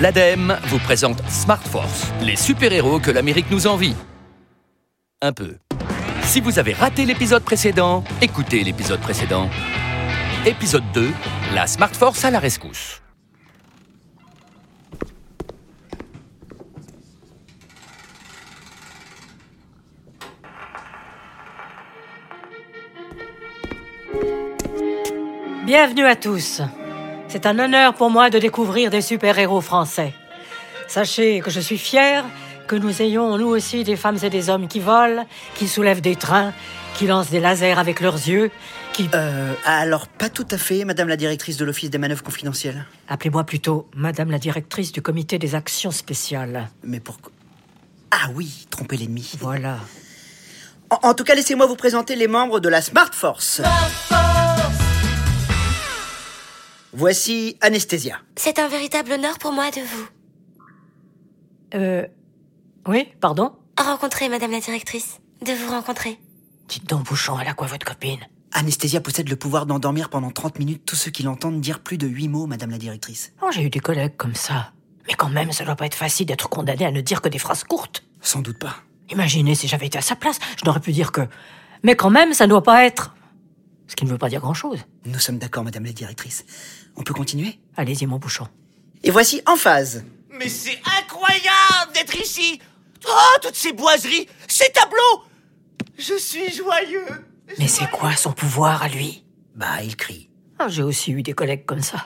l'ADEME vous présente Smart Force, les super-héros que l'Amérique nous envie. Un peu. Si vous avez raté l'épisode précédent, écoutez l'épisode précédent. Épisode 2, la Smart Force à la rescousse. Bienvenue à tous. C'est un honneur pour moi de découvrir des super-héros français. Sachez que je suis fière que nous ayons nous aussi des femmes et des hommes qui volent, qui soulèvent des trains, qui lancent des lasers avec leurs yeux, qui... Euh, alors pas tout à fait, Madame la directrice de l'Office des manœuvres confidentielles. Appelez-moi plutôt Madame la directrice du comité des actions spéciales. Mais pourquoi Ah oui, tromper l'ennemi. Voilà. En, en tout cas, laissez-moi vous présenter les membres de la Smart Force. Voici Anesthésia. C'est un véritable honneur pour moi de vous Euh... Oui, pardon rencontrer, Madame la Directrice. De vous rencontrer. Dites donc, Bouchon, elle a quoi votre copine Anesthésia possède le pouvoir d'endormir pendant 30 minutes tous ceux qui l'entendent dire plus de 8 mots, Madame la directrice. Oh, j'ai eu des collègues comme ça. Mais quand même, ça doit pas être facile d'être condamné à ne dire que des phrases courtes. Sans doute pas. Imaginez si j'avais été à sa place, je n'aurais pu dire que... Mais quand même, ça ne doit pas être... Ce qui ne veut pas dire grand-chose. Nous sommes d'accord, Madame la directrice. On peut continuer Allez-y, mon Bouchon. Et voici Emphase. Mais c'est incroyable d'être ici Oh, toutes ces boiseries, ces tableaux Je suis joyeux Mais c'est quoi son pouvoir à lui Bah, il crie. Ah, J'ai aussi eu des collègues comme ça.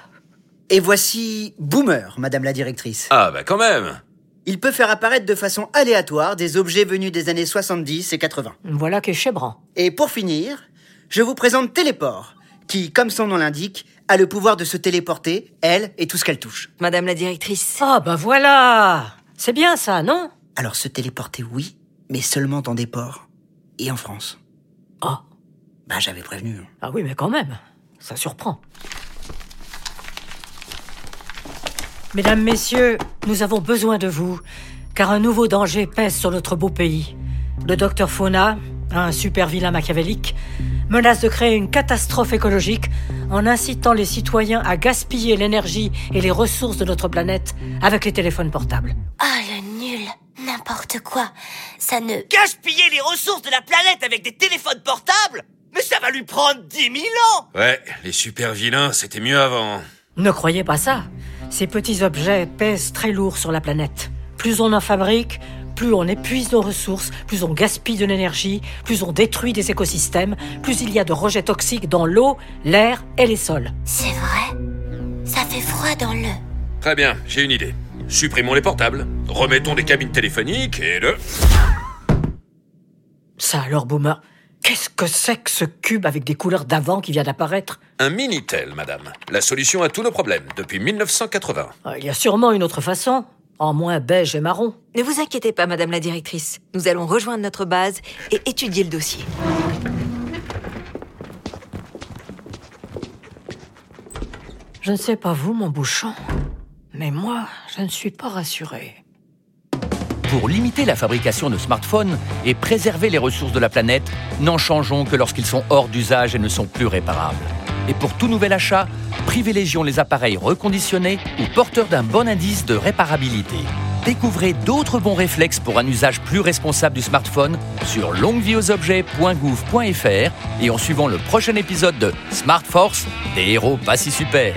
Et voici Boomer, Madame la directrice. Ah bah quand même Il peut faire apparaître de façon aléatoire des objets venus des années 70 et 80. Voilà qu'est chébrant. Et pour finir, je vous présente Téléport, qui, comme son nom l'indique, a le pouvoir de se téléporter, elle et tout ce qu'elle touche. Madame la Directrice. Ah bah voilà C'est bien ça, non Alors se téléporter, oui, mais seulement dans des ports. Et en France. Oh, Bah j'avais prévenu. hein. ah oui, mais quand même, ça surprend. Mesdames, Messieurs, nous avons besoin de vous, car un nouveau danger pèse sur notre beau pays. Le docteur Fauna, un super vilain machiavélique, menace de créer une catastrophe écologique en incitant les citoyens à gaspiller l'énergie et les ressources de notre planète avec les téléphones portables. Ah, le nul N'importe quoi Ça ne... Gaspiller les ressources de la planète avec des téléphones portables Mais ça va lui prendre 10 000 ans Ouais, les super vilains, c'était mieux avant. Ne croyez pas ça. Ces petits objets pèsent très lourd sur la planète. Plus on en fabrique, plus on épuise nos ressources, plus on gaspille de l'énergie, plus on détruit des écosystèmes, plus il y a de rejets toxiques dans l'eau, l'air et les sols. C'est vrai Ça fait froid dans le... Très bien, j'ai une idée. Supprimons les portables, remettons des cabines téléphoniques et le... Ça alors, Boomer, qu'est-ce que c'est que ce cube avec des couleurs d'avant qui vient d'apparaître Un Minitel, madame. La solution à tous nos problèmes depuis 1980. Ah, Il y a sûrement une autre façon, en moins beige et marron. Ne vous inquiétez pas, Madame la Directrice. Nous allons rejoindre notre base et étudier le dossier. Je ne sais pas vous, mon bouchon, mais moi, je ne suis pas rassurée. Pour limiter la fabrication de smartphones et préserver les ressources de la planète, n'en changeons que lorsqu'ils sont hors d'usage et ne sont plus réparables. Et pour tout nouvel achat, privilégions les appareils reconditionnés ou porteurs d'un bon indice de réparabilité. Découvrez d'autres bons réflexes pour un usage plus responsable du smartphone sur longuevieauxobjets.gouv.fr et en suivant le prochain épisode de Smart Force, des héros pas si super.